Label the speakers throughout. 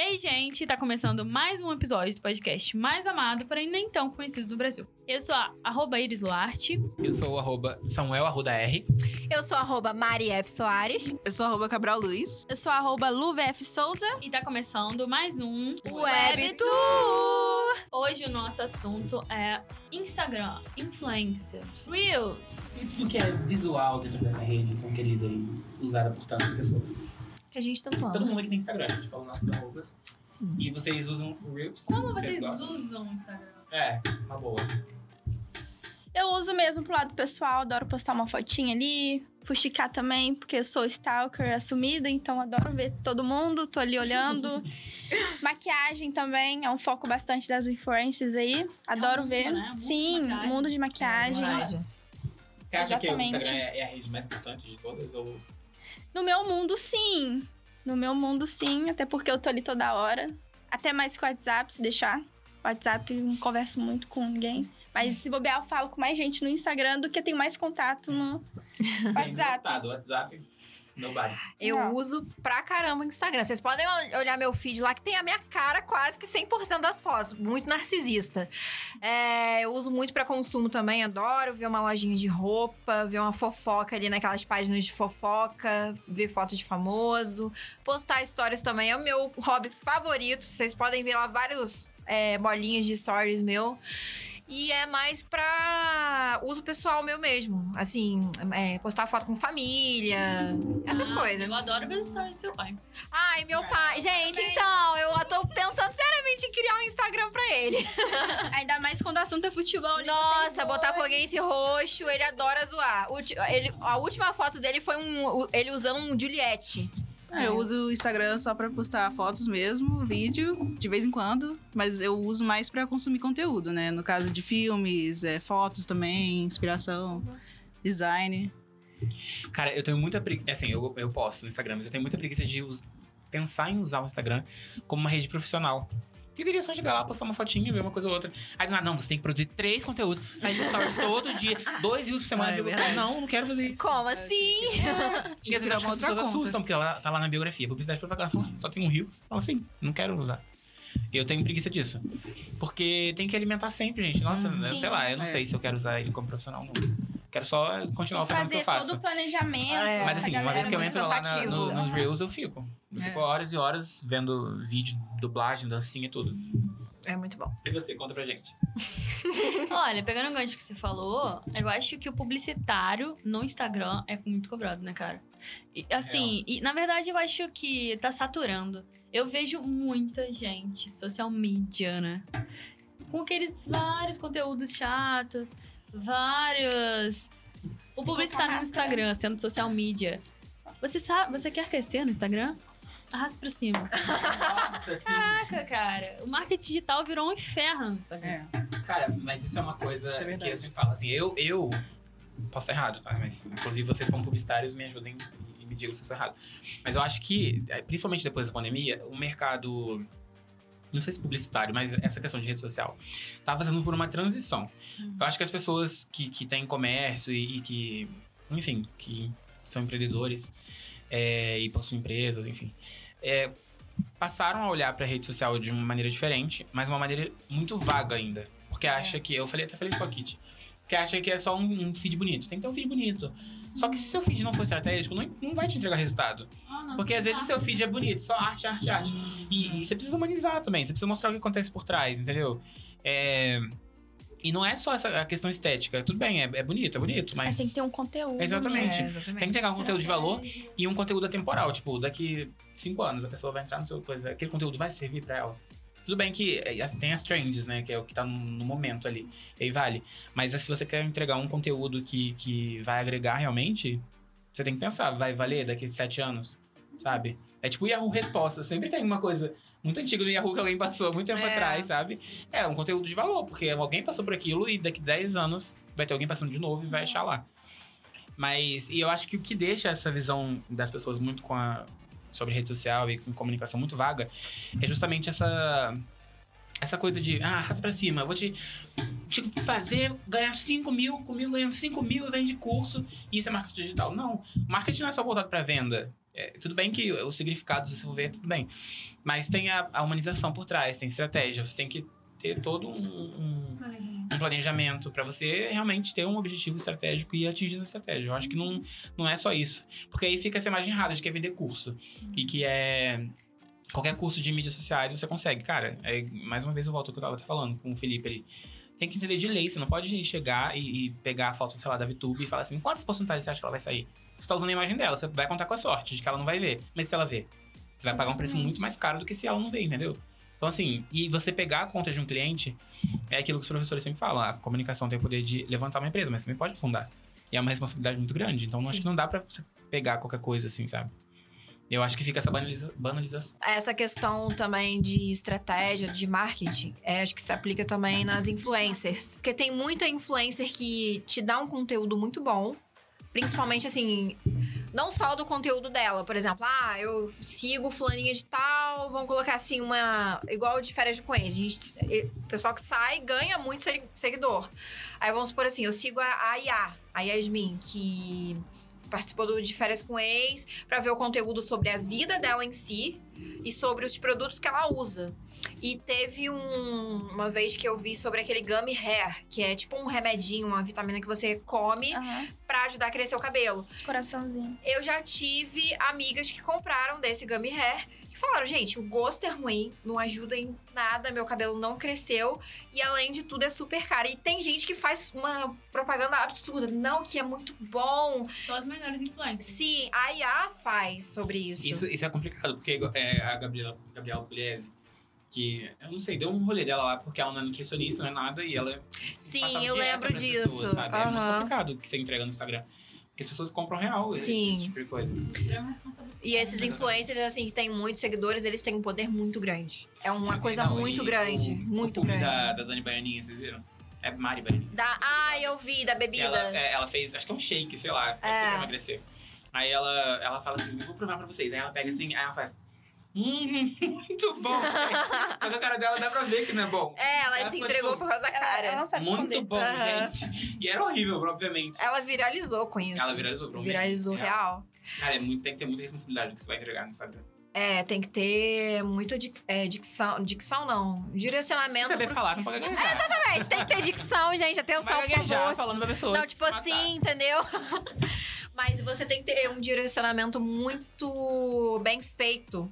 Speaker 1: aí, gente? Tá começando mais um episódio do podcast mais amado, porém nem tão conhecido no Brasil. Eu sou a arroba Iris Luarte.
Speaker 2: Eu sou o arroba Samuel arroba R.
Speaker 3: Eu sou arroba Mari F. Soares.
Speaker 4: Eu sou arroba Cabral Luiz.
Speaker 5: Eu sou arroba Luvef Souza.
Speaker 1: E tá começando mais um
Speaker 3: Webtoon!
Speaker 1: Hoje o nosso assunto é Instagram, influencers, Reels.
Speaker 2: O que é visual dentro dessa rede tão querida e usada por tantas pessoas?
Speaker 3: Que a gente tá tanto
Speaker 2: Todo
Speaker 3: ama.
Speaker 2: mundo aqui tem Instagram, a gente fala nossos arrobas.
Speaker 3: Sim.
Speaker 2: E vocês usam o Reels?
Speaker 1: Como vocês
Speaker 2: Pessoal?
Speaker 1: usam o Instagram?
Speaker 2: É, uma boa.
Speaker 5: Eu uso mesmo pro lado pessoal, adoro postar uma fotinha ali, fuxicar também, porque eu sou stalker assumida, então adoro ver todo mundo, tô ali olhando. maquiagem também, é um foco bastante das influencers aí,
Speaker 3: É
Speaker 5: adoro
Speaker 1: mundo,
Speaker 5: ver.
Speaker 1: né? Mundo de
Speaker 5: Sim,
Speaker 1: maquiagem.
Speaker 5: mundo de maquiagem.
Speaker 3: Verdade.
Speaker 2: Você acha
Speaker 5: Exatamente.
Speaker 2: que o Instagram é é a rede mais importante de todas? Ou
Speaker 5: No meu mundo, sim. No meu mundo, sim, até porque eu tô ali toda hora. Até mais que o WhatsApp, se deixar. WhatsApp, não converso muito com ninguém. Mas se bobear, eu falo com mais gente no Instagram do que tenho mais contato no WhatsApp.
Speaker 2: Tá, do WhatsApp, nobody.
Speaker 3: Eu
Speaker 5: Não.
Speaker 3: uso pra caramba o Instagram. Vocês podem ol- olhar meu feed lá, que tem a minha cara quase que 100% das fotos. Muito narcisista. É, eu uso muito pra consumo também, adoro ver uma lojinha de roupa, ver uma fofoca ali naquelas páginas de fofoca, ver foto de famoso. Postar stories também é o meu hobby favorito. Vocês podem ver lá vários é, bolinhas de stories meu. E é mais pra uso pessoal meu mesmo. Assim, é, postar foto com família, essas
Speaker 1: Ah,
Speaker 3: coisas.
Speaker 1: Eu adoro ver as histórias do seu pai.
Speaker 3: Ai, meu pai. Gente, então, eu tô pensando seriamente em criar um Instagram pra ele.
Speaker 5: Ainda mais quando o assunto é
Speaker 1: Então,
Speaker 5: futebol. né?
Speaker 3: Nossa,
Speaker 5: Tem
Speaker 3: botafoguense roxo, ele adora zoar. Ulti- ele- a última foto dele foi um, ele usando um Juliette.
Speaker 4: Ah,
Speaker 3: É.
Speaker 4: eu uso o Instagram só pra postar fotos mesmo, vídeo, de vez em quando. Mas eu uso mais pra consumir conteúdo, né? No caso de filmes, é, fotos também, inspiração, design.
Speaker 2: Cara, eu tenho muita preguiça. Assim, eu, eu posto no Instagram, mas eu tenho muita preguiça de us- pensar em usar o Instagram como uma rede profissional. Que queria só chegar lá, postar uma fotinha, ver uma coisa ou outra. Aí do nada, não, você tem que produzir três conteúdos, faz story todo dia, dois views por semana.
Speaker 4: Ah, é
Speaker 2: eu digo,
Speaker 4: verdade.
Speaker 2: não, não quero fazer isso.
Speaker 3: Como assim?
Speaker 2: E às vezes eu acho que as pessoas assustam, porque ela tá lá na biografia, publicidade propaganda, fala, só tem um rio. Fala assim, não quero usar. Eu tenho preguiça disso. Porque tem que alimentar sempre, gente. Nossa, eu sei lá, eu não
Speaker 4: É.
Speaker 2: sei se eu quero usar ele como profissional ou não. Quero só continuar fazendo o que eu
Speaker 5: fazer
Speaker 2: faço.
Speaker 5: todo o planejamento.
Speaker 3: É.
Speaker 2: é Mas
Speaker 5: essa
Speaker 2: assim, uma
Speaker 5: galera
Speaker 2: vez que eu
Speaker 5: é
Speaker 3: muito
Speaker 2: entro lá na,
Speaker 3: cansativo.
Speaker 2: no- nos Reels, eu fico. Eu
Speaker 4: É.
Speaker 2: fico horas e horas vendo vídeo, dublagem, dancinha e tudo.
Speaker 3: É muito bom.
Speaker 2: E você, conta pra gente.
Speaker 1: Olha, pegando o gancho que você falou, eu acho que o publicitário no Instagram é muito cobrado, né, cara? E, assim, e, na verdade eu acho que tá saturando. Eu vejo muita gente, social media, né? Com aqueles vários conteúdos chatos, vários. O publicitário no
Speaker 5: máscara.
Speaker 1: Instagram, sendo social media. Você sabe, você quer crescer no Instagram? Arrasta pra cima.
Speaker 2: Nossa, sim.
Speaker 1: Caraca, cara. O marketing digital virou um inferno no Instagram.
Speaker 4: É.
Speaker 2: Cara, mas isso é uma coisa
Speaker 4: Isso é
Speaker 2: que
Speaker 4: verdade.
Speaker 2: eu sempre falo. Assim, eu, eu posso estar errado, tá? Mas, inclusive, vocês como publicitários me ajudem e me digam se eu estou errado. Mas eu acho que, eh, principalmente depois da pandemia, o mercado... Não sei se publicitário, mas essa questão de rede social tá passando por uma transição.
Speaker 4: Uhum.
Speaker 2: Eu acho que as pessoas que, que têm comércio e, e que... Enfim, que são empreendedores eh, e possuem empresas, enfim... eh, passaram a olhar pra rede social de uma maneira diferente, mas uma maneira muito vaga ainda. Porque
Speaker 5: É.
Speaker 2: acha que. Eu falei, até falei com a Kit. Porque acha que é só um, um feed bonito. Tem que ter um feed bonito. Só que se seu feed não for estratégico, não, não vai te entregar resultado. Porque às vezes o seu feed é bonito, só arte, arte, arte. E, e você precisa humanizar também, você precisa mostrar o que acontece por trás, entendeu? É, E não é só essa a questão estética. Tudo bem, é, é bonito, é bonito, mas.
Speaker 5: Mas tem que ter um conteúdo.
Speaker 2: Exatamente.
Speaker 3: É, exatamente.
Speaker 2: Tem que pegar um conteúdo de valor e um conteúdo atemporal. Tipo, daqui cinco anos a pessoa vai entrar no seu coisa. Aquele conteúdo vai servir pra ela. Tudo bem que eh, as- tem as trends, né? Que é o que tá no- no momento ali. E aí vale. Mas eh, se você quer entregar um conteúdo que, que vai agregar realmente, você tem que pensar, vai valer daqui a sete anos, sabe? É tipo Yahoo Resposta. Sempre tem uma coisa muito antiga do Yahoo que alguém passou há muito tempo
Speaker 3: É.
Speaker 2: atrás, sabe? É um conteúdo de valor, porque alguém passou por aquilo e daqui 10 anos vai ter alguém passando de novo e vai achar lá. Mas, e eu acho que o que deixa essa visão das pessoas muito com a, sobre rede social e com comunicação muito vaga é justamente essa essa coisa de, ah, arrasta pra cima, vou te, te Tipo, fazer ganhar 5 mil, comigo ganhando 5 mil, vende curso, e isso é marketing digital. Não, marketing não é só voltado pra venda. É, tudo bem que o significado se você for ver, tudo bem. Mas tem a, a humanização por trás, tem estratégia, você tem que ter todo um, um- um planejamento pra você realmente ter um objetivo estratégico e atingir sua estratégia. Eu acho que não, não é só isso. Porque aí fica essa imagem errada de que é vender curso. E que é. Qualquer curso de mídias sociais você consegue. Cara, é, mais uma vez eu volto ao que eu tava falando com o Felipe ali. Tem que entender de lei. Você não pode chegar e, e pegar a foto, sei lá, da VTube e falar assim: quantas porcentagens você acha que ela vai sair? Você tá usando a imagem dela. Você vai contar com a sorte de que ela não vai ver. Mas se ela vê, você vai pagar um preço muito mais caro do que se ela não vê, entendeu? Então, assim, e você pegar a conta de um cliente é aquilo que os professores sempre falam: a comunicação tem o poder de levantar uma empresa, mas você também pode fundar. E é uma responsabilidade muito grande. Então, eu acho
Speaker 3: Sim.
Speaker 2: que não dá pra você pegar qualquer coisa assim, sabe? Eu acho que fica essa banaliza- banalização.
Speaker 3: Essa questão também de estratégia, de marketing, é, acho que se aplica também nas influencers. Porque tem muita influencer que te dá um conteúdo muito bom. Principalmente assim, não só do conteúdo dela, por exemplo, ah, eu sigo fulaninha de tal, vão colocar assim uma. igual de férias de coelho. A gente, o pessoal que sai ganha muito se- seguidor. Aí vamos supor assim, eu sigo a, a Iá, a Yasmin, que participou do de férias com ex, pra ver o conteúdo sobre a vida dela em si e sobre os produtos que ela usa. E teve um- uma vez que eu vi sobre aquele gummy hair, que é tipo um remedinho, uma vitamina que você come
Speaker 5: Aham.
Speaker 3: pra ajudar a crescer o cabelo.
Speaker 5: Coraçãozinho.
Speaker 3: Eu já tive amigas que compraram desse gummy hair que falaram, gente, o gosto é ruim, não ajuda em nada, meu cabelo não cresceu e além de tudo é super caro. E tem gente que faz uma propaganda absurda, não, que é muito bom.
Speaker 1: São as melhores influências.
Speaker 3: Sim, a IA faz sobre isso.
Speaker 2: Isso, isso é complicado, porque é, a Gabriela, Gabriela Pugliese, que eu não sei, deu um rolê dela lá, porque ela não é nutricionista, não é nada, e ela
Speaker 3: Sim,
Speaker 2: passava
Speaker 3: eu
Speaker 2: dieta
Speaker 3: lembro
Speaker 2: pras
Speaker 3: disso.
Speaker 2: Pessoas, sabe? É muito
Speaker 3: Aham.
Speaker 2: complicado o que você entrega no Instagram. Porque as pessoas compram real esse,
Speaker 3: Sim.
Speaker 2: esse tipo de coisa.
Speaker 1: Extrema responsabilidade.
Speaker 3: E esses influencers, assim, que têm muitos seguidores, eles têm um poder muito grande. É uma coisa
Speaker 2: Não,
Speaker 3: muito
Speaker 2: e
Speaker 3: grande,
Speaker 2: o-
Speaker 3: muito
Speaker 2: o publi
Speaker 3: grande.
Speaker 2: Da, da Dani Baianinha, vocês viram? É Mari Baianinha.
Speaker 3: Da... Ah, eu vi, da bebida.
Speaker 2: Ela, é, ela fez, acho que é um shake, sei lá, pra
Speaker 3: É.
Speaker 2: você emagrecer. Aí ela, ela fala assim, eu vou provar pra vocês. Aí ela pega assim, aí ela faz... Hum, muito bom. Só que a cara dela dá pra ver que não é bom.
Speaker 3: É, ela,
Speaker 2: Ela
Speaker 3: se
Speaker 2: ficou,
Speaker 3: entregou
Speaker 2: tipo,
Speaker 3: por causa da
Speaker 5: Ela,
Speaker 3: cara.
Speaker 5: ela não sabe
Speaker 2: Muito
Speaker 5: esconder.
Speaker 2: bom,
Speaker 3: Aham.
Speaker 2: gente. E era horrível, obviamente.
Speaker 3: Ela viralizou com isso.
Speaker 2: Ela viralizou pra um
Speaker 3: Viralizou
Speaker 2: meme.
Speaker 3: real.
Speaker 2: Cara, é muito, tem que ter muita responsabilidade do que você vai entregar no Instagram.
Speaker 3: É, tem que ter muito dic- é, dicção. Dicção não. Direcionamento.
Speaker 2: Saber
Speaker 3: pro-
Speaker 2: falar, não
Speaker 1: É,
Speaker 2: pode gaguejar.
Speaker 1: tá
Speaker 3: Exatamente, tem que ter dicção, gente. Atenção,
Speaker 2: Vai
Speaker 3: por favor.
Speaker 2: gaguejar falando pra pessoa.
Speaker 3: Não, tipo
Speaker 2: se matar.
Speaker 3: assim, entendeu? Mas você tem que ter um direcionamento muito bem feito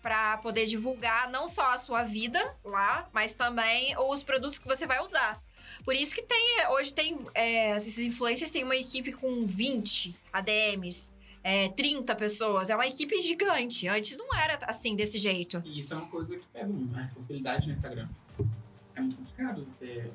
Speaker 3: pra poder divulgar não só a sua vida lá, mas também os produtos que você vai usar. Por isso que tem, hoje tem, é, esses influencers têm uma equipe com 20 ADMs, é, 30 pessoas, é uma equipe gigante. Antes não era assim, desse jeito.
Speaker 2: E isso é uma coisa que pega uma responsabilidade no Instagram. É muito complicado você.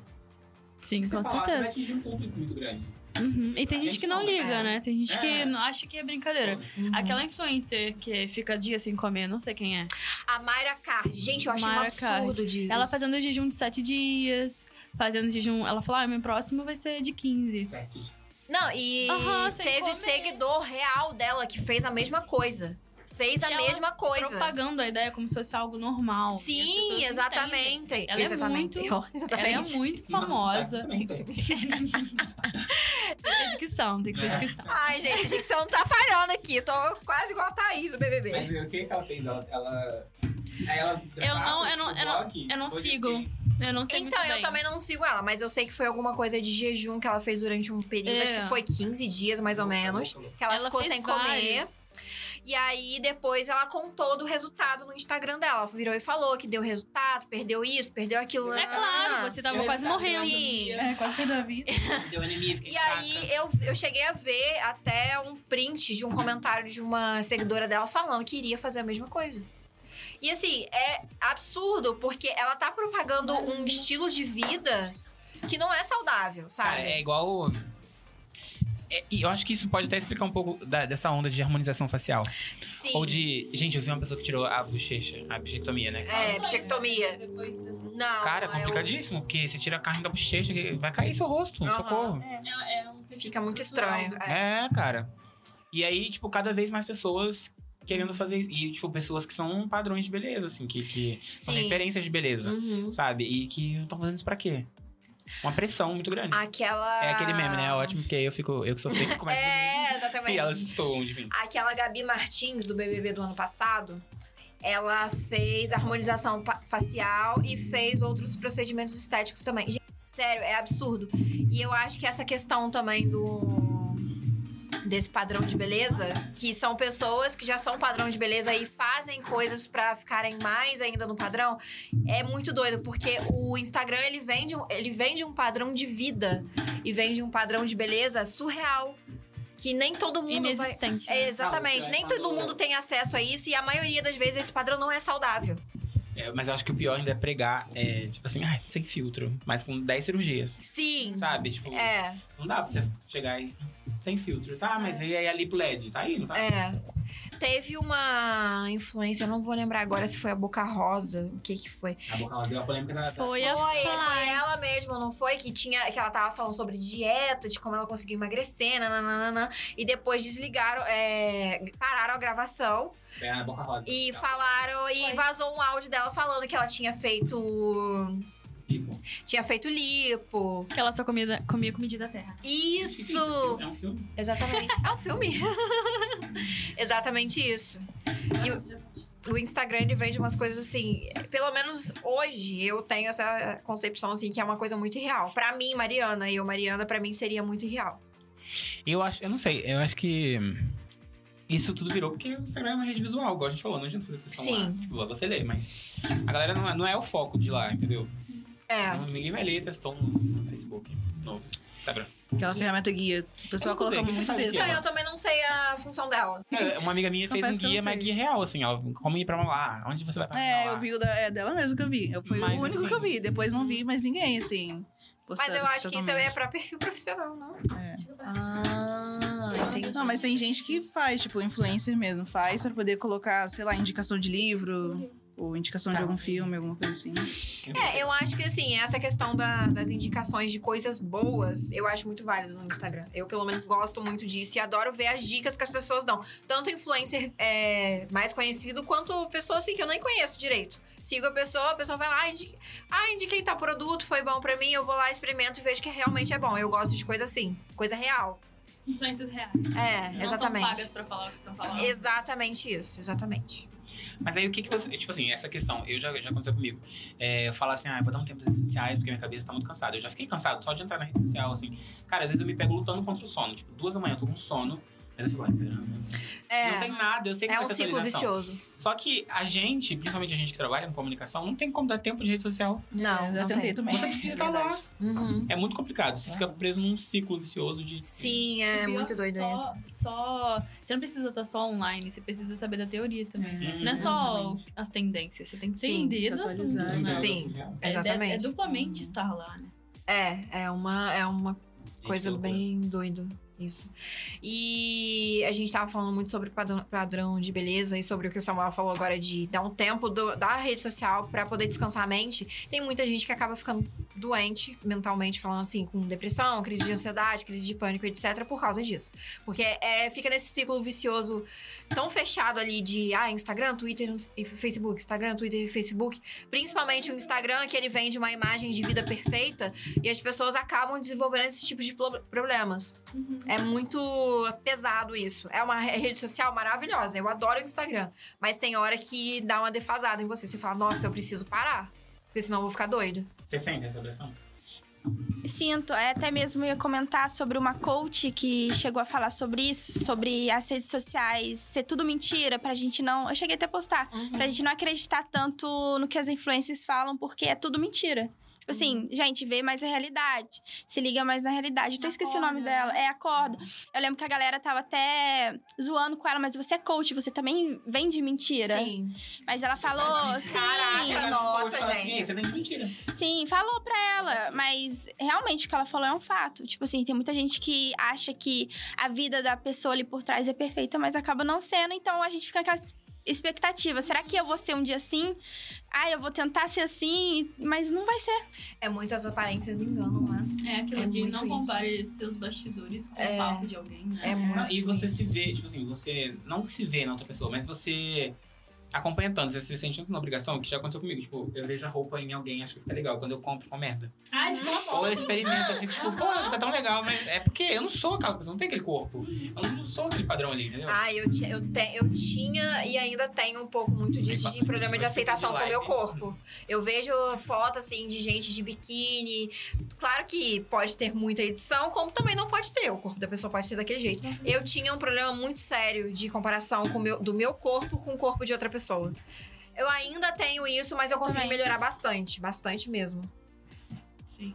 Speaker 1: Sim,
Speaker 2: você
Speaker 1: com
Speaker 2: falar,
Speaker 3: né?
Speaker 2: Você vai
Speaker 1: certeza.
Speaker 2: atingir um público muito grande.
Speaker 1: Uhum. E tem
Speaker 2: A
Speaker 1: gente
Speaker 2: gente
Speaker 1: que não
Speaker 2: não,
Speaker 1: liga,
Speaker 3: é.
Speaker 1: né? Tem gente que
Speaker 2: É.
Speaker 1: não- acha que é brincadeira. Aquela influencer que fica dia sem comer, não sei quem é.
Speaker 3: A Mayra Card, gente, eu achei um
Speaker 1: Mayra
Speaker 3: absurdo disso.
Speaker 1: Ela fazendo jejum de 7 dias, fazendo jejum. Ela falou: ah, meu próximo vai ser de 15.
Speaker 2: Certo.
Speaker 3: Não, e
Speaker 1: Aham, sem
Speaker 3: teve
Speaker 1: comer.
Speaker 3: seguidor real dela que fez a mesma coisa. Fez a
Speaker 1: Ela
Speaker 3: mesma coisa.
Speaker 1: Propagando a ideia como se fosse algo normal. E as pessoas
Speaker 3: é. Sim,
Speaker 1: não entendem.
Speaker 3: exatamente.
Speaker 1: Ela é
Speaker 3: exatamente.
Speaker 1: muito-
Speaker 3: Ó, exatamente.
Speaker 1: Ela é muito famosa. Tem que ter dicção, tem que ter dicção.
Speaker 3: Ai, gente, a dicção tá falhando aqui. Tô quase igual a Thaís, o BBB.
Speaker 2: Mas o que, que ela fez? Ela. ela... Aí ela
Speaker 1: não- eu não- eu não- eu não sigo. Eu não sei
Speaker 3: Então,
Speaker 1: muito
Speaker 3: eu
Speaker 1: bem.
Speaker 3: também não sigo ela, mas eu sei que foi alguma coisa de jejum que ela fez durante um período,
Speaker 1: É.
Speaker 3: acho que foi 15 dias mais ou menos, que ela, ficou
Speaker 1: fez
Speaker 3: sem comer.
Speaker 1: vários.
Speaker 3: E aí, depois, ela contou do resultado no Instagram dela. Ela virou e falou que deu resultado, perdeu isso, perdeu aquilo.
Speaker 1: É claro, você tava quase morrendo.
Speaker 3: Ah, Sim.
Speaker 4: É, quase perdi a vida.
Speaker 2: Deu anemia, fiquei
Speaker 3: E aí
Speaker 2: fraca.
Speaker 3: eu, eu cheguei a ver até um print de um comentário de uma seguidora dela falando que iria fazer a mesma coisa. E assim, é absurdo, porque ela tá propagando um estilo de vida que não é saudável,
Speaker 2: Cara,
Speaker 3: sabe?
Speaker 2: é igual. É, e eu acho que isso pode até explicar um pouco da- dessa onda de harmonização facial.
Speaker 3: Sim.
Speaker 2: Ou de. Gente, eu vi uma pessoa que tirou a bochecha, a bichectomia, né?
Speaker 3: É, bichectomia.
Speaker 1: Depois dessa-
Speaker 3: Não.
Speaker 2: Cara, é
Speaker 3: eu-
Speaker 2: complicadíssimo, porque você tira a carne da bochecha, que vai cair seu rosto,
Speaker 3: Aham.
Speaker 2: socorro.
Speaker 1: É, é um perfil
Speaker 3: Fica muito
Speaker 1: estrutural.
Speaker 3: estranho. é.
Speaker 2: É. cara. E aí, tipo, cada vez mais pessoas querendo fazer. E, tipo, pessoas que são padrões de beleza, assim, que, que são
Speaker 3: Sim.
Speaker 2: referências de beleza,
Speaker 3: Uhum.
Speaker 2: sabe? E que estão fazendo isso pra quê? Uma pressão muito grande.
Speaker 3: Aquela.
Speaker 2: É aquele meme, né? É ótimo, porque aí eu fico, eu que sou fico mais
Speaker 3: Ah. É, exatamente.
Speaker 2: E elas estouram de mim.
Speaker 3: Aquela Gabi Martins do BBB do ano passado, ela fez harmonização pa- facial e fez outros procedimentos estéticos também. Gente, sério, é absurdo. E eu acho que essa questão também do desse padrão de beleza, que são pessoas que já são padrão de beleza e fazem coisas pra ficarem mais ainda no padrão, é muito doido, porque o Instagram ele vende, um- ele vende um padrão de vida e vende um padrão de beleza surreal. Que nem todo mundo vai,
Speaker 1: Inexistente.
Speaker 3: é,
Speaker 1: né?
Speaker 2: Ah, o
Speaker 3: exatamente.
Speaker 2: que é
Speaker 3: Nem todo
Speaker 2: quando-
Speaker 3: mundo tem acesso a isso e a maioria das vezes esse padrão não é saudável.
Speaker 2: É, mas eu acho que o pior ainda é pregar, é, tipo assim, ah, sem filtro, mas com 10 cirurgias.
Speaker 3: Sim.
Speaker 2: Sabe? Tipo,
Speaker 3: É,
Speaker 2: não dá pra você chegar e. Sem filtro, tá? Mas e aí ali pro LED? Tá indo, tá?
Speaker 3: é. Teve uma influência, eu não vou lembrar agora se foi a Boca Rosa, o que que foi.
Speaker 2: A boca ela deu a polêmica da. da-
Speaker 1: Foi
Speaker 3: Foi,
Speaker 1: a
Speaker 3: foi
Speaker 1: Fly.
Speaker 3: ela mesma, não foi? Que tinha, que ela tava falando sobre dieta, de como ela conseguiu emagrecer, nananana. E depois desligaram, é, pararam a gravação
Speaker 2: É a boca rosa.
Speaker 3: e
Speaker 2: Tá.
Speaker 3: falaram, e
Speaker 5: Foi.
Speaker 3: vazou um áudio dela falando que ela tinha feito,
Speaker 2: Tipo,
Speaker 3: tinha feito lipo.
Speaker 1: Que ela só comia, comia comida da terra.
Speaker 3: Isso!
Speaker 2: É um filme.
Speaker 3: Exatamente. É um filme. Exatamente isso. E o, o Instagram ele vende umas coisas assim. Pelo menos hoje eu tenho essa concepção assim que é uma coisa muito irreal. Pra mim, Mariana, e eu, Mariana, pra mim seria muito irreal.
Speaker 2: Eu acho, eu não sei, eu acho que. Isso tudo virou porque o Instagram é uma rede visual, igual a gente falou, não adianta fazer questão
Speaker 3: Sim.
Speaker 2: lá. Tipo, lá você lê, mas. A galera não é, não é o foco de lá, entendeu?
Speaker 3: É.
Speaker 2: Não, ninguém vai ler textão no Facebook, no Instagram.
Speaker 4: Aquela ferramenta guia. O
Speaker 2: Eu
Speaker 4: pessoal
Speaker 2: não sei,
Speaker 4: colocou
Speaker 2: o que
Speaker 4: muito
Speaker 2: faz o
Speaker 4: texto.
Speaker 2: quê?
Speaker 3: Não, eu também não sei a função dela.
Speaker 2: É, Uma amiga minha fez
Speaker 4: Confesso
Speaker 2: um
Speaker 4: que eu
Speaker 2: guia,
Speaker 4: não
Speaker 2: mas
Speaker 4: sei.
Speaker 2: guia real, assim, ó, como ir pra lá, onde você vai pra
Speaker 4: É,
Speaker 2: lá.
Speaker 4: eu vi o da, é dela mesmo que eu vi. Eu fui
Speaker 2: Tá, Mas,
Speaker 4: o único
Speaker 2: assim-
Speaker 4: que eu vi. Depois não vi mais ninguém, assim.
Speaker 3: Mas
Speaker 4: postando
Speaker 3: eu acho que isso é
Speaker 4: totalmente.
Speaker 3: pra perfil profissional, não?
Speaker 4: É.
Speaker 3: Ah, entendi.
Speaker 4: Não, mas tem gente que faz, tipo, influencer mesmo. Faz pra poder colocar, sei lá, indicação de livro. Ou indicação
Speaker 2: Tá.
Speaker 4: de algum filme, alguma coisa assim.
Speaker 2: Tipo,
Speaker 3: É, eu acho que assim, essa questão da- das indicações de coisas boas, eu acho muito válido no Instagram. Eu, pelo menos, gosto muito disso e adoro ver as dicas que as pessoas dão. Tanto influencer é, mais conhecido, quanto pessoa assim que eu nem conheço direito. Sigo a pessoa, a pessoa vai lá, ah, indique- ah, indiquei tal produto, foi bom pra mim, eu vou lá, experimento e vejo que realmente é bom. Eu gosto de coisa assim, coisa real.
Speaker 1: Influências reais.
Speaker 3: É,
Speaker 1: Não
Speaker 3: exatamente.
Speaker 1: são pagas pra falar o que né? estão falando.
Speaker 3: Exatamente isso, exatamente.
Speaker 2: Mas aí o que que você. Tipo assim, essa questão, eu já, já aconteceu comigo. É, eu falar assim, ah, eu vou dar um tempo nas redes sociais porque minha cabeça tá muito cansada. Eu já fiquei cansado só de entrar na rede social, assim. Cara, às vezes eu me pego lutando contra o sono. Tipo, duas da manhã eu tô com sono. Mas eu fico, ah, Instagram, não
Speaker 3: É,
Speaker 2: tem nada, eu sei que
Speaker 3: é
Speaker 2: vai
Speaker 3: um
Speaker 2: ter
Speaker 3: ciclo
Speaker 2: atualização.
Speaker 3: vicioso.
Speaker 2: Só que a gente, principalmente a gente que trabalha em comunicação, não tem como dar tempo de rede social.
Speaker 3: Não,
Speaker 4: É, eu já
Speaker 3: não
Speaker 4: tentei
Speaker 3: tem.
Speaker 4: também.
Speaker 2: Você precisa estar lá.
Speaker 3: Uhum.
Speaker 2: É muito complicado. Você fica preso num ciclo vicioso de.
Speaker 3: Sim, é
Speaker 1: Pior,
Speaker 3: muito doido
Speaker 1: só,
Speaker 3: isso.
Speaker 1: Só. Você não precisa estar só online, você precisa saber da teoria também.
Speaker 2: Hum,
Speaker 1: Não é só as tendências, você tem que
Speaker 3: Uhum. Sim,
Speaker 1: entender
Speaker 4: se
Speaker 1: do assunto,
Speaker 4: atualizar,
Speaker 1: né?
Speaker 2: entendeu?
Speaker 3: Sim.
Speaker 1: É,
Speaker 3: Exatamente.
Speaker 1: É, duplamente estar lá, né?
Speaker 3: É, é uma, é uma
Speaker 2: Gente,
Speaker 3: coisa
Speaker 2: loucura.
Speaker 3: bem doida. Isso. E a gente tava falando muito sobre padrão, padrão de beleza e sobre o que o Samuel falou agora de dar um tempo do- da rede social pra poder descansar a mente. Tem muita gente que acaba ficando doente mentalmente, falando assim, com depressão, crise de ansiedade, crise de pânico, etc., por causa disso. Porque é, fica nesse ciclo vicioso tão fechado ali de ah, Instagram, Twitter e Facebook, Instagram, Twitter e Facebook. Principalmente o Instagram, que ele vende uma imagem de vida perfeita. E as pessoas acabam desenvolvendo esse tipo de plo- problemas. É muito pesado isso. É uma re- rede social maravilhosa. Eu adoro o Instagram. Mas tem hora que dá uma defasada em você. Você fala, nossa, eu preciso parar. Porque senão eu vou ficar doido.
Speaker 2: Você sente essa pressão?
Speaker 5: Sinto, é, até mesmo ia comentar sobre uma coach que chegou a falar sobre isso, sobre as redes sociais ser tudo mentira, pra gente não. Eu cheguei até a postar.
Speaker 3: Uhum.
Speaker 5: Pra gente não acreditar tanto no que as influências falam, porque é tudo mentira. Tipo assim,
Speaker 3: Uhum.
Speaker 5: gente, vê mais a realidade. Se liga mais na realidade. Então, Eu até esqueci o nome
Speaker 1: Acorda,
Speaker 5: dela.
Speaker 1: né?
Speaker 5: É, acorda. Eu lembro que a galera tava até zoando com ela, mas você é coach, você também vende mentira.
Speaker 3: Sim.
Speaker 5: Mas ela falou, sim.
Speaker 3: Caraca, nossa,
Speaker 2: Fala assim,
Speaker 3: gente.
Speaker 2: "Ei, Você tem mentira.
Speaker 5: Sim, falou pra ela, mas realmente o que ela falou é um fato. Tipo assim, tem muita gente que acha que a vida da pessoa ali por trás é perfeita, mas acaba não sendo, então a gente fica com a expectativa. Será que eu vou ser um dia assim? Ah, eu vou tentar ser assim, mas não vai ser.
Speaker 3: É muitas aparências enganam, né?
Speaker 1: É aquilo
Speaker 3: É
Speaker 1: de
Speaker 3: muito
Speaker 1: não
Speaker 3: isso.
Speaker 1: compare seus bastidores com
Speaker 3: É.
Speaker 1: o palco de alguém, né?
Speaker 3: É muito
Speaker 2: Ah, e você
Speaker 3: isso.
Speaker 2: se vê, tipo assim, você não se vê na outra pessoa, mas você acompanha tanto, você se sente tanto na obrigação, que já aconteceu comigo. Tipo, eu vejo a roupa em alguém, acho que fica legal. Quando eu compro, fica uma merda.
Speaker 6: Ai, ficou uma
Speaker 2: Ou
Speaker 6: foto.
Speaker 2: eu experimento, eu fico tipo, pô, fica tão legal, mas é porque eu não sou aquela pessoa, não tem aquele corpo. Eu não sou aquele padrão ali, entendeu?
Speaker 3: Ah, eu, ti- eu, te- eu tinha e ainda tenho um pouco muito disso de problema de aceitação com o meu corpo. Eu vejo foto, assim, de gente de biquíni. Claro que pode ter muita edição, como também não pode ter. O corpo da pessoa pode ser daquele jeito. Eu tinha um problema muito sério de comparação com o meu, do meu corpo com o corpo de outra pessoa. Eu ainda tenho isso, mas eu consegui
Speaker 5: Também.
Speaker 3: melhorar bastante. Bastante mesmo.
Speaker 1: Sim.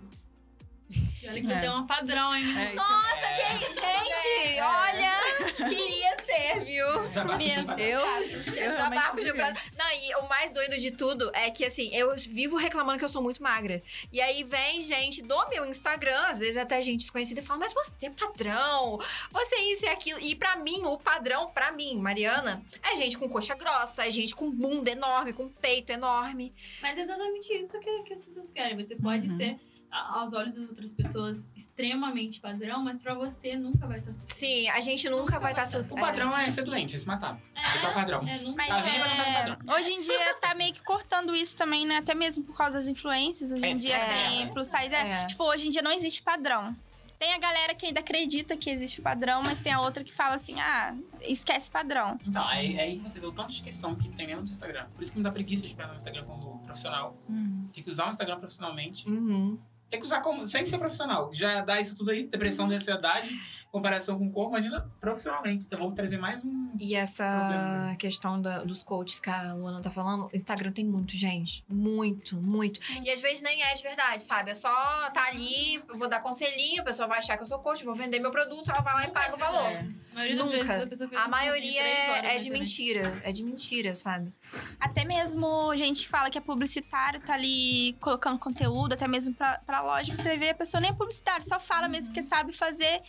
Speaker 1: E olha que você é uma padrão, hein?
Speaker 4: É,
Speaker 3: Nossa, que gente! Olha! Queria ser, viu?
Speaker 2: Desabafo sem parar.
Speaker 4: eu, eu realmente.
Speaker 3: É Desabafo de obrado. Não, e o mais doido de tudo é que, assim, eu vivo reclamando que eu sou muito magra. E aí vem gente do meu Instagram, às vezes até gente desconhecida, e fala, mas você é padrão, você é isso e aquilo. E pra mim, o padrão, pra mim, Mariana, é gente com coxa grossa, é gente com bunda enorme, com peito enorme.
Speaker 1: Mas é exatamente isso que, que as pessoas querem. Você pode
Speaker 4: Uhum.
Speaker 1: ser, a- aos olhos das outras pessoas, extremamente padrão, mas pra você nunca vai estar suficiente.
Speaker 3: Sim, a gente nunca vai tá estar...
Speaker 2: O padrão é ser doente, é se matar. Esse é o padrão.
Speaker 1: É, nunca.
Speaker 5: Mas
Speaker 2: Tá viva, não tá no
Speaker 5: é,
Speaker 2: padrão.
Speaker 5: hoje em dia tá meio que cortando isso também, né? Até mesmo por causa das influências. Hoje
Speaker 2: É,
Speaker 5: em dia
Speaker 3: é.
Speaker 5: tem plus size. É,
Speaker 3: É.
Speaker 5: Tipo, hoje em dia não existe padrão. Tem a galera que ainda acredita que existe padrão, mas tem a outra que fala assim: ah, esquece padrão.
Speaker 2: Então, aí, aí você vê o tanto de questão que tem mesmo no Instagram. Por isso que me dá preguiça de pensar no Instagram como profissional.
Speaker 4: Hum.
Speaker 2: Tem que usar o Instagram profissionalmente.
Speaker 3: Uhum.
Speaker 2: Tem que usar como, sem ser profissional. Já dá isso tudo aí, depressão de ansiedade, comparação com o corpo, imagina profissionalmente. Então vamos trazer mais um.
Speaker 3: E
Speaker 2: Problema, né?
Speaker 3: essa questão da- dos coaches que a Luana tá falando, o Instagram tem muito, gente. Muito, muito.
Speaker 1: Hum.
Speaker 3: E às vezes nem é de verdade, sabe? É só tá ali, eu vou dar conselhinho, a pessoa vai achar que eu sou coach, vou vender meu produto, ela vai lá e paga o valor.
Speaker 1: É. A maioria das
Speaker 3: Nunca.
Speaker 1: vezes a pessoa fez
Speaker 3: A
Speaker 1: um curso de
Speaker 3: maioria
Speaker 1: três horas na
Speaker 3: é, de
Speaker 1: internet.
Speaker 3: mentira. É de mentira, sabe?
Speaker 5: Até mesmo gente que fala que é publicitário, tá ali colocando conteúdo, até mesmo pra, pra loja, você vê a pessoa nem é publicitário, só fala mesmo porque sabe fazer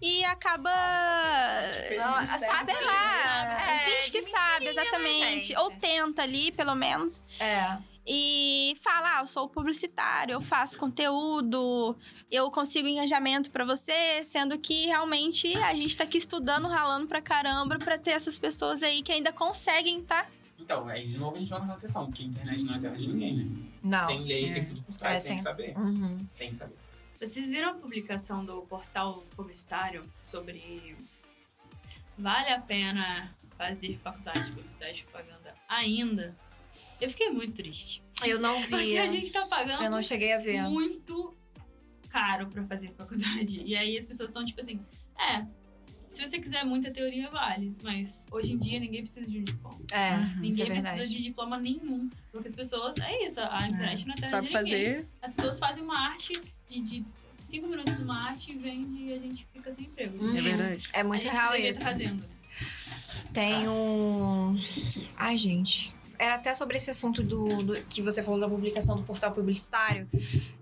Speaker 5: e acaba. ah,
Speaker 3: Não, sabe
Speaker 5: sei lá,
Speaker 3: É,
Speaker 5: finge que
Speaker 3: de mentirinha,
Speaker 5: sabe,
Speaker 3: né,
Speaker 5: exatamente.
Speaker 3: gente?
Speaker 5: Ou tenta ali, pelo menos.
Speaker 3: É.
Speaker 5: E fala, ah, eu sou publicitário, eu faço conteúdo, eu consigo engajamento pra você. Sendo que, realmente, a gente tá aqui estudando, ralando pra caramba pra ter essas pessoas aí que ainda conseguem, tá?
Speaker 2: Então, aí de novo a gente joga naquela questão, porque a internet não é terra de ninguém, né?
Speaker 3: Não.
Speaker 2: Tem lei,
Speaker 4: É.
Speaker 2: tem tudo por
Speaker 3: É,
Speaker 2: trás, tem
Speaker 3: sim.
Speaker 2: que saber.
Speaker 3: Uhum.
Speaker 2: Tem que saber.
Speaker 1: Vocês viram a publicação do portal publicitário sobre vale a pena fazer faculdade de publicidade e propaganda ainda? Eu fiquei muito triste.
Speaker 3: Eu não vi.
Speaker 1: Porque a gente tá
Speaker 3: Eu
Speaker 1: pagando
Speaker 3: não cheguei a ver.
Speaker 1: muito caro pra fazer faculdade. E aí as pessoas estão tipo assim, é, se você quiser muita teoria, vale. Mas hoje em dia ninguém precisa de um diploma.
Speaker 3: É, isso é
Speaker 1: ninguém precisa
Speaker 3: verdade.
Speaker 1: de diploma nenhum. Porque as pessoas, é isso, a internet não é terra
Speaker 4: Sabe
Speaker 1: de ninguém.
Speaker 4: fazer.
Speaker 1: As pessoas fazem uma arte de, de cinco minutos de uma arte e vende e a gente fica sem emprego.
Speaker 3: Uhum.
Speaker 4: É verdade.
Speaker 3: É muito
Speaker 1: é isso
Speaker 3: real
Speaker 1: que
Speaker 3: isso.
Speaker 1: Tá fazendo.
Speaker 3: Tem um. Ai, gente. Era até sobre esse assunto do, do- que você falou da publicação do portal publicitário.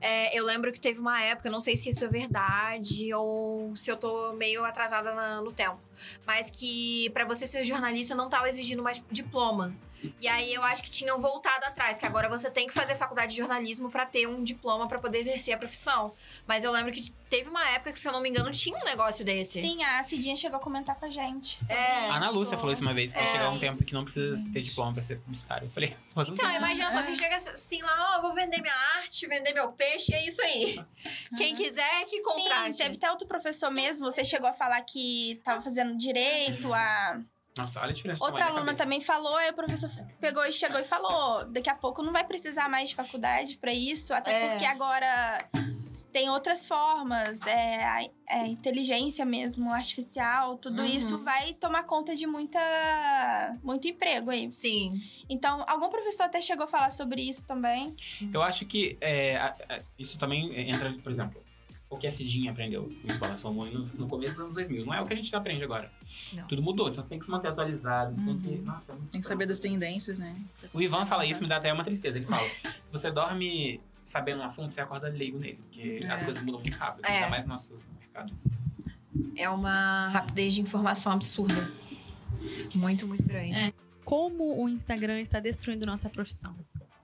Speaker 3: É, eu lembro que teve uma época, eu não sei se isso é verdade ou se eu tô meio atrasada na- no tempo, mas que pra você ser jornalista não tava exigindo mais diploma. E aí eu acho que tinham voltado atrás, que agora você tem que fazer faculdade de jornalismo pra ter um diploma pra poder exercer a profissão. Mas eu lembro que teve uma época que, se eu não me engano, tinha um negócio desse.
Speaker 5: Sim, a Cidinha chegou a comentar com a gente. sobre
Speaker 3: É.
Speaker 2: A Ana
Speaker 5: isso.
Speaker 2: Ah, Lúcia falou isso uma vez, que vai
Speaker 3: É.
Speaker 2: chegar um tempo que não precisa ter diploma pra ser publicitário. Eu falei, mas não
Speaker 3: Então, imagina só, você chega assim lá, ó, vou vender minha arte, vender meu peixe, é isso aí. Quem quiser, é que contrate.
Speaker 5: Sim, teve até outro professor mesmo, você chegou a falar que tava fazendo direito, a
Speaker 2: Nossa, olha Uhum. a diferença. do
Speaker 5: outra
Speaker 2: tamanho da
Speaker 5: aluna
Speaker 2: cabeça.
Speaker 5: também falou, aí o professor pegou e chegou e falou, daqui a pouco não vai precisar mais de faculdade pra isso, até
Speaker 3: É.
Speaker 5: porque agora tem outras formas, é, a, é, a inteligência mesmo, artificial, tudo
Speaker 3: Uhum.
Speaker 5: isso vai tomar conta de muita muito emprego aí.
Speaker 3: Sim.
Speaker 5: Então, algum professor até chegou a falar sobre isso também.
Speaker 2: Eu acho que é, a- a- isso também entra, por exemplo, o que a Cidinha aprendeu em escola Samuel um no, no começo dos anos 2000. Não é o que a gente aprende agora.
Speaker 3: Não.
Speaker 2: Tudo mudou, então você tem que se manter atualizado, você tem que...
Speaker 4: Uhum.
Speaker 2: Nossa, é muito
Speaker 4: Tem que saber das tendências, né?
Speaker 2: O Ivan fala isso, me dá até uma tristeza. Ele fala, se você dorme sabendo um assunto, você acorda leigo nele, porque
Speaker 4: É.
Speaker 2: as coisas mudam muito rápido,
Speaker 3: É.
Speaker 2: ainda mais no nosso mercado.
Speaker 3: É uma rapidez de informação absurda. Muito, muito grande.
Speaker 1: É. Como o Instagram está destruindo nossa profissão.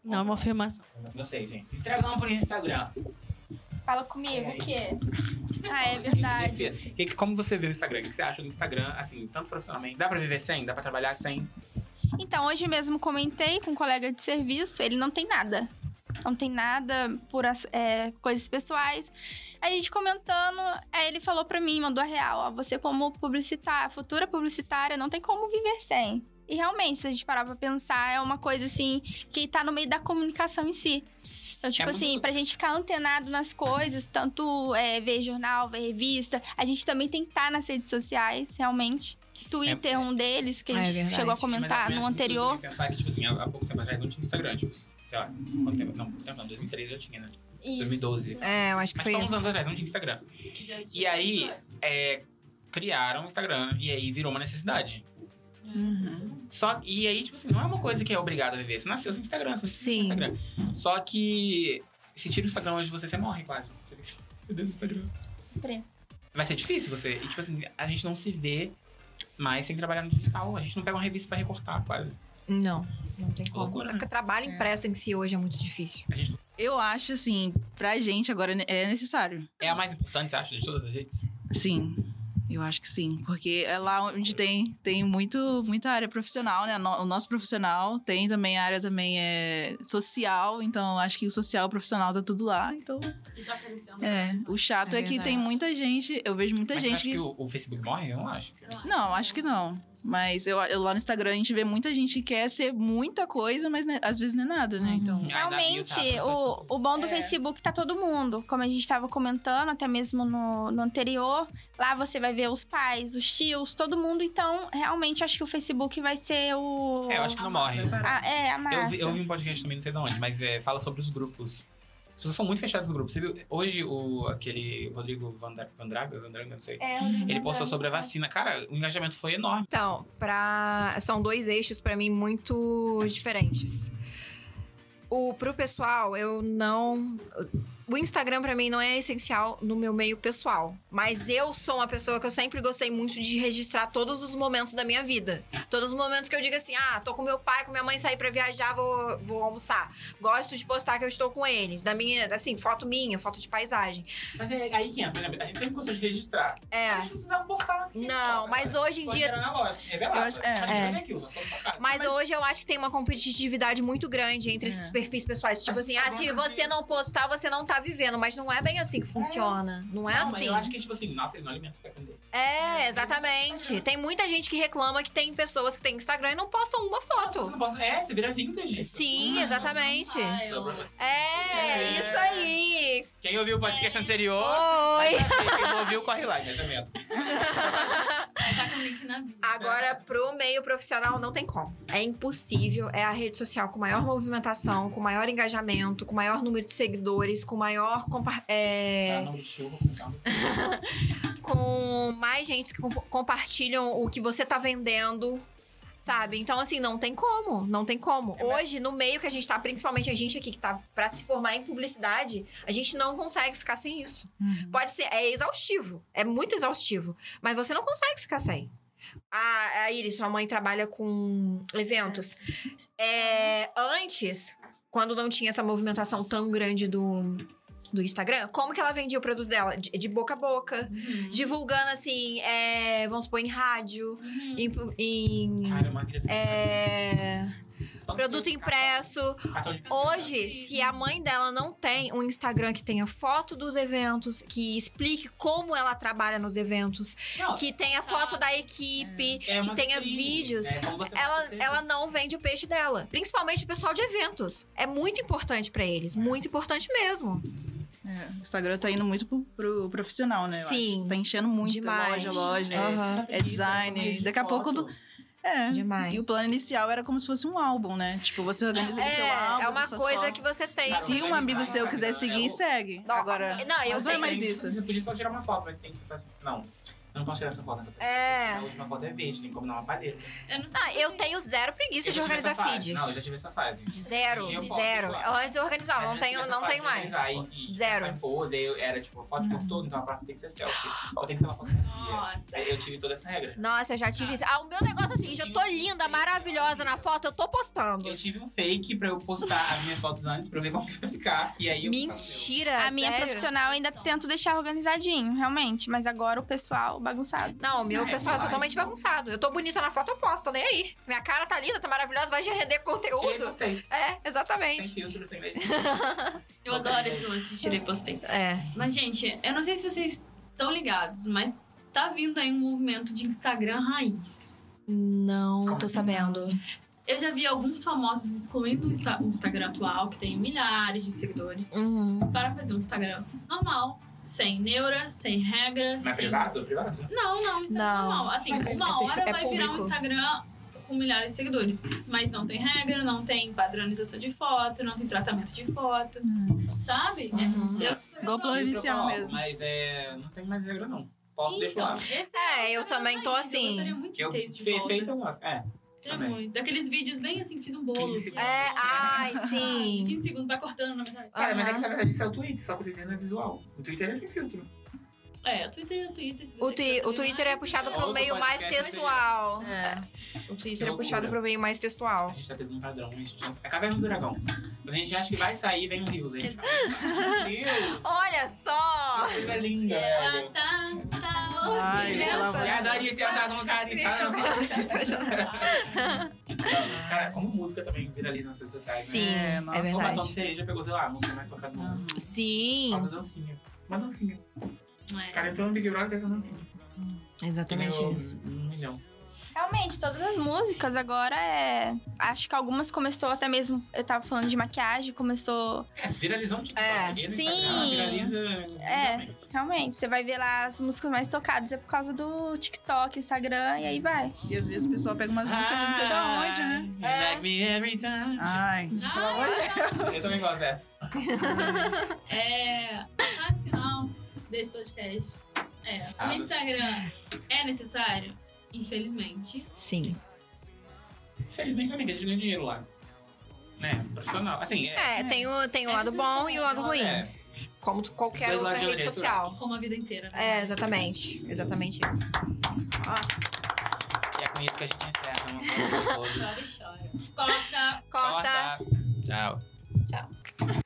Speaker 1: Não é uma afirmação.
Speaker 2: Não sei, gente. Instagram por Instagram.
Speaker 5: Fala comigo,
Speaker 2: É.
Speaker 5: o quê? Ah, é verdade.
Speaker 2: E que- como você vê o Instagram? O que você acha do Instagram, assim, tanto profissionalmente? Dá pra viver sem? Dá pra trabalhar sem?
Speaker 5: Então, hoje mesmo comentei com um colega de serviço, ele não tem nada. Não tem nada por as- é, coisas pessoais. A gente comentando, aí ele falou pra mim, mandou a real, ó, você como publicitária, futura publicitária, não tem como viver sem. E realmente, se a gente parar pra pensar, é uma coisa assim que tá no meio da comunicação em si. Então, tipo
Speaker 2: muito-
Speaker 5: assim, pra gente ficar antenado nas coisas, tanto é, ver jornal, ver revista, a gente também tem que estar nas redes sociais, realmente. Twitter é um deles, que a
Speaker 3: Ah, é
Speaker 5: gente
Speaker 3: verdade.
Speaker 5: chegou a
Speaker 2: Mas às
Speaker 5: comentar
Speaker 2: vezes
Speaker 5: no
Speaker 2: eu
Speaker 5: anterior.
Speaker 2: também Pensar né, que, tipo assim, há há pouco tempo atrás não tinha Instagram, tipo, sei lá, quanto tempo? Não, tempo não, 2013 já tinha, né?
Speaker 5: E
Speaker 2: 2012.
Speaker 3: É, eu acho que
Speaker 2: Mas tá
Speaker 3: foi
Speaker 2: só uns
Speaker 3: isso.
Speaker 2: anos atrás não tinha Instagram.
Speaker 1: Já
Speaker 2: E aí, é, criaram o Instagram e aí virou uma necessidade.
Speaker 5: Uhum.
Speaker 2: Só, e aí, tipo assim, não é uma coisa que é obrigado a viver. Você nasceu sem Instagram, você nasceu sem
Speaker 3: Sim.
Speaker 2: Instagram. Só que se tira o Instagram hoje de você, você morre quase. Você fica, Meu Deus, o Instagram.
Speaker 5: Preto.
Speaker 2: Vai ser difícil você. E, tipo assim, a gente não se vê mais sem trabalhar no digital. A gente não pega uma revista pra recortar, quase.
Speaker 3: Não, não tem como.
Speaker 2: Loucura, né?
Speaker 3: O trabalho impresso em si hoje é muito difícil.
Speaker 2: A gente
Speaker 4: Eu acho, assim, pra gente agora é necessário.
Speaker 2: é a mais importante, acho, de todas as redes.
Speaker 4: Sim, eu acho que sim. Porque é lá onde tem, tem muito, muita área profissional, né? No- O nosso profissional tem também a área também é social, então acho que o social e o profissional tá tudo lá. Então,
Speaker 1: E tá aparecendo.
Speaker 4: é. O chato é,
Speaker 3: É
Speaker 4: que tem
Speaker 3: verdade.
Speaker 4: muita gente, eu vejo muita
Speaker 2: Mas você
Speaker 4: gente
Speaker 2: acha que, o, o Facebook morre? Eu não acho. Ah,
Speaker 1: é.
Speaker 4: Não, acho que não. Mas eu, eu lá no Instagram a gente vê muita gente que quer ser muita coisa, mas né, às vezes não é nada, né?
Speaker 3: Uhum.
Speaker 4: Então.
Speaker 2: tá,
Speaker 5: Realmente, o, o
Speaker 2: É.
Speaker 5: bom do Facebook tá todo mundo. Como a gente estava comentando, até mesmo no, no anterior. Lá você vai ver os pais, os tios, todo mundo. Então, realmente, acho que o Facebook vai ser o...
Speaker 2: É, eu acho que não morre.
Speaker 5: a, é, a massa.
Speaker 2: Eu vi, eu vi um podcast também, não sei de onde, mas é, fala sobre os grupos. As pessoas são muito fechadas no grupo. Você viu? Hoje, o, aquele Rodrigo Vandra- Vandraga, Vandraga, não sei.
Speaker 5: É,
Speaker 2: Ele postou sobre a vacina. Cara, o engajamento foi enorme.
Speaker 3: Então, pra... são dois eixos pra mim muito diferentes. O pro pessoal, eu não. O Instagram pra mim não é essencial no meu meio pessoal, mas eu sou uma pessoa que eu sempre gostei muito de registrar todos os momentos da minha vida. Todos os momentos que eu digo assim: "Ah, tô com meu pai, com minha mãe sair pra viajar, vou, vou almoçar". Gosto de postar que eu estou com eles, da minha, assim, foto minha, foto de paisagem.
Speaker 2: Mas é aí que entra, né? A gente sempre gostou de registrar. A
Speaker 3: É.
Speaker 2: gente não precisava postar.
Speaker 3: Não, mas hoje em
Speaker 2: Pode
Speaker 3: dia
Speaker 2: virar na loja, revelar.
Speaker 4: Eu acho- é.
Speaker 2: Mas
Speaker 3: É.
Speaker 2: olha aqui, eu só sou sua cara.
Speaker 3: Mas, hoje eu acho que tem uma competitividade muito grande entre esses
Speaker 4: É.
Speaker 3: perfis pessoais. Tipo assim, ah, se você não postar, você não tá vivendo. Mas não é bem assim que funciona. Não é
Speaker 2: Não, mas
Speaker 3: assim.
Speaker 2: eu acho que, tipo assim, nossa, ele não alimenta, você tá com dele.
Speaker 3: É, exatamente. Tem muita gente que reclama que tem pessoas que têm Instagram e não postam uma
Speaker 2: Nossa, você
Speaker 3: foto.
Speaker 2: não posta- É, você vira vintage.
Speaker 3: Sim, exatamente.
Speaker 1: Ah, eu-
Speaker 2: Tá
Speaker 3: É,
Speaker 2: É.
Speaker 3: isso aí.
Speaker 2: Quem ouviu o podcast anterior,
Speaker 3: Oi.
Speaker 2: quem não ouviu, corre lá, engajamento.
Speaker 1: Tá com o link na vida.
Speaker 3: Agora, pro meio profissional, não tem como. É impossível. É a rede social com maior movimentação, com maior engajamento, com maior número de seguidores, com maior. compa- é,
Speaker 2: Tá, não, chuva, com calma.
Speaker 3: com mais gente que comp- compartilham o que você tá vendendo. Sabe? Então, assim, não tem como, não tem como. Hoje, no meio que a gente tá, principalmente a gente aqui que tá pra se formar em publicidade, a gente não consegue ficar sem isso. Pode ser, é exaustivo, é muito exaustivo, mas você não consegue ficar sem. A, a Iris, sua mãe trabalha com eventos. É, antes, quando não tinha essa movimentação tão grande do, do Instagram, como que ela vendia o produto dela? De- de boca a boca
Speaker 1: Uhum.
Speaker 3: divulgando assim, é, vamos supor, em rádio,
Speaker 1: Uhum.
Speaker 3: em, em,
Speaker 2: Cara, uma criança-
Speaker 3: Hum. é,
Speaker 2: Tanto
Speaker 3: produto
Speaker 2: que-
Speaker 3: impresso.
Speaker 2: Cartão de-
Speaker 3: Hoje, se a mãe dela não tem um Instagram que tenha foto dos eventos, que explique como ela trabalha nos eventos,
Speaker 2: Não,
Speaker 3: que tenha foto da equipe,
Speaker 2: é uma
Speaker 3: que tenha
Speaker 2: vitrine,
Speaker 3: vídeos,
Speaker 2: é como você
Speaker 3: ela,
Speaker 2: pode ser.
Speaker 3: ela não vende o peixe dela. Principalmente o pessoal de eventos. É muito importante pra eles, muito importante mesmo.
Speaker 4: É, o Instagram tá indo muito pro, pro profissional, né? eu acho.
Speaker 3: Sim.
Speaker 4: Tá enchendo muito
Speaker 3: Demais.
Speaker 4: loja, loja.
Speaker 2: É,
Speaker 3: Aham.
Speaker 2: você tá feliz,
Speaker 4: design,
Speaker 2: você tá feliz
Speaker 4: daqui a
Speaker 2: de
Speaker 4: pouco
Speaker 2: foto.
Speaker 4: É.
Speaker 3: Demais.
Speaker 4: E o plano inicial era como se fosse um álbum, né? Tipo, você organiza
Speaker 3: É,
Speaker 4: seu álbum.
Speaker 3: é uma
Speaker 4: suas
Speaker 3: coisa
Speaker 4: fotos.
Speaker 3: que você tem.
Speaker 4: E se um amigo seu quiser seguir, segue.
Speaker 3: Não,
Speaker 4: Agora.
Speaker 3: Não, eu
Speaker 4: Mas não é
Speaker 3: tenho-
Speaker 4: mais
Speaker 2: Você
Speaker 4: isso.
Speaker 2: Você podia só tirar uma foto, mas tem que pensar assim, não, eu não posso tirar essa foto. Essa
Speaker 3: É.
Speaker 2: A última foto é verde, tem como dar uma paleta.
Speaker 1: Eu não sei. é
Speaker 3: Ah, eu tenho zero preguiça
Speaker 2: Eu
Speaker 3: de
Speaker 2: já tive
Speaker 3: organizar
Speaker 2: essa fase.
Speaker 3: feed.
Speaker 2: Não, eu já tive essa fase.
Speaker 3: Zero,
Speaker 2: Sim, eu posso,
Speaker 3: zero.
Speaker 2: claro.
Speaker 3: Eu antes eu organizava,
Speaker 2: Mas
Speaker 3: Ah, não
Speaker 2: eu já tive
Speaker 3: tenho,
Speaker 2: essa
Speaker 3: não
Speaker 2: fase de
Speaker 3: tenho mais.
Speaker 2: organizar e- e
Speaker 3: Zero.
Speaker 2: pensar em Pose, aí eu era tipo foto de corpo todo, então a próxima tem que ser selfie. Ou tem que ser uma fotografia.
Speaker 1: Nossa.
Speaker 2: Aí Eu tive toda essa regra.
Speaker 3: Nossa, eu já tive isso. Ah, o meu negócio é assim, já tô linda, maravilhosa na foto, eu tô postando.
Speaker 2: Eu tive um fake pra eu postar as minhas fotos antes pra eu ver como que vai ficar. E aí eu
Speaker 3: Mentira,
Speaker 5: A minha
Speaker 3: sério?
Speaker 5: profissional ainda
Speaker 1: Nossa.
Speaker 5: tento deixar organizadinho, realmente. Mas agora o pessoal bagunçado.
Speaker 3: Não, o meu
Speaker 2: É,
Speaker 3: pessoal é
Speaker 2: vai.
Speaker 3: totalmente bagunçado. Eu tô bonita na foto, eu posto, tô nem aí. Minha cara tá linda, tá maravilhosa, vai render conteúdo.
Speaker 2: Gostei.
Speaker 3: É, exatamente.
Speaker 2: Thank you, você vê.
Speaker 1: Eu adoro esse lance de tirei e postei.
Speaker 3: É.
Speaker 1: Mas, gente, eu não sei se vocês estão ligados, mas tá vindo aí um movimento de Instagram raiz.
Speaker 3: Não
Speaker 2: Como
Speaker 3: tô
Speaker 2: assim?
Speaker 3: sabendo.
Speaker 1: Eu já vi alguns famosos excluindo o Insta- o Instagram atual, que tem milhares de seguidores,
Speaker 3: Uhum.
Speaker 1: para fazer um Instagram normal, sem neura, sem regra,
Speaker 2: Na
Speaker 1: sem...
Speaker 2: privada? Privada?
Speaker 1: Não, não, Instagram
Speaker 3: Não.
Speaker 1: normal. Assim,
Speaker 3: É
Speaker 1: uma
Speaker 3: perfil-
Speaker 1: hora
Speaker 3: é
Speaker 1: vai virar um
Speaker 3: público.
Speaker 1: Instagram com milhares de seguidores. Mas não tem regra, não tem padronização de foto, não tem tratamento de foto. Sabe?
Speaker 3: Hum. Uhum.
Speaker 1: É- eu-
Speaker 4: Igual plano
Speaker 2: Eu
Speaker 4: inicial
Speaker 2: coloco,
Speaker 4: mesmo.
Speaker 2: Mas é, não tem mais regra, não. Posso
Speaker 1: Então,
Speaker 2: deixar.
Speaker 1: esse
Speaker 3: É,
Speaker 1: o
Speaker 3: eu
Speaker 1: Instagram
Speaker 3: também tô
Speaker 1: raiz, Eu
Speaker 3: assim.
Speaker 1: gostaria muito de
Speaker 2: Eu
Speaker 1: ter isso de
Speaker 2: fe-
Speaker 1: volta.
Speaker 2: feito eu gosto. É.
Speaker 1: Queria
Speaker 2: também.
Speaker 1: muito. Daqueles vídeos bem assim, fiz um bolo.
Speaker 2: Fiz-
Speaker 3: É, ai,
Speaker 1: De
Speaker 3: sim.
Speaker 1: 15 segundos, vai cortando, na verdade.
Speaker 2: Cara, mas é que
Speaker 3: Aham.
Speaker 2: na verdade isso é o Twitter, só que o Twitter não é visual. O Twitter é sem filtro.
Speaker 1: É, o Twitter é o Twitter. se
Speaker 3: O,
Speaker 1: você quiser
Speaker 3: twi- o
Speaker 1: saber
Speaker 3: Twitter é
Speaker 1: mais,
Speaker 3: puxado
Speaker 1: então-
Speaker 3: pro
Speaker 2: Outro
Speaker 3: meio mais
Speaker 2: podcast
Speaker 3: textual.
Speaker 4: É.
Speaker 3: O Twitter
Speaker 2: Que
Speaker 3: é puxado
Speaker 2: loucura.
Speaker 3: pro meio mais
Speaker 2: A
Speaker 3: textual.
Speaker 2: gente tá fazendo um padrão. A gente... É a caverna do dragão. Quando a gente acha que vai sair, vem um rio. A gente fala, "Meu Deus,
Speaker 3: Olha só!
Speaker 2: que coisa linda,
Speaker 1: Ela
Speaker 3: É.
Speaker 2: velho.
Speaker 1: tá, tá
Speaker 4: Ai,
Speaker 1: movimenta.
Speaker 4: ela
Speaker 2: Eu adoraria ser andado no cara e estar na Não, Cara, como música também viraliza nas redes sociais, né?
Speaker 3: Sim,
Speaker 4: É,
Speaker 3: é,
Speaker 4: nossa.
Speaker 2: Como a Tom
Speaker 3: verdade.
Speaker 2: Cereja pegou, sei lá, a música mais tocada do mundo.
Speaker 3: Sim,
Speaker 2: Uma dancinha. Uma dancinha. O
Speaker 1: É.
Speaker 2: cara entrou no Big Brother e fez uma dancinha.
Speaker 3: exatamente
Speaker 2: Ganhou
Speaker 3: isso.
Speaker 2: Um milhão.
Speaker 5: Realmente, todas as músicas agora é. Acho que algumas começou até mesmo. Eu tava falando de maquiagem, começou.
Speaker 2: É, se viralizou um TikTok.
Speaker 3: É,
Speaker 2: aqui no
Speaker 5: sim.
Speaker 2: Instagram, Viraliza. mundialmente.
Speaker 5: Realmente, você vai ver lá as músicas mais tocadas é por causa do TikTok, Instagram, e aí vai.
Speaker 4: E às vezes o pessoal pega umas músicas de não sei da onde, né?
Speaker 2: You like me every time.
Speaker 3: Ah.
Speaker 4: Ai, pelo
Speaker 1: Ai,
Speaker 4: amor de Deus.
Speaker 2: Eu também gosto dessa.
Speaker 1: É. Fase final desse podcast. É.
Speaker 2: Ah,
Speaker 1: O
Speaker 2: mas-
Speaker 1: Instagram é necessário? Infelizmente.
Speaker 3: Sim.
Speaker 2: Felizmente, amiga, a gente ganha dinheiro lá. Né? Profissional. Assim, é.
Speaker 3: É, tem o, tem o lado bom e o lado ruim.
Speaker 2: É,
Speaker 3: Como tu- qualquer
Speaker 2: Dois
Speaker 3: outra
Speaker 2: lados de
Speaker 3: rede
Speaker 2: direito,
Speaker 3: social.
Speaker 1: Como a vida inteira, né?
Speaker 3: É, exatamente. Exatamente isso.
Speaker 2: e é com isso que a gente encerra. Uma coisa de todos.
Speaker 1: Chora e chora. Coloca
Speaker 3: Corta.
Speaker 2: Tchau.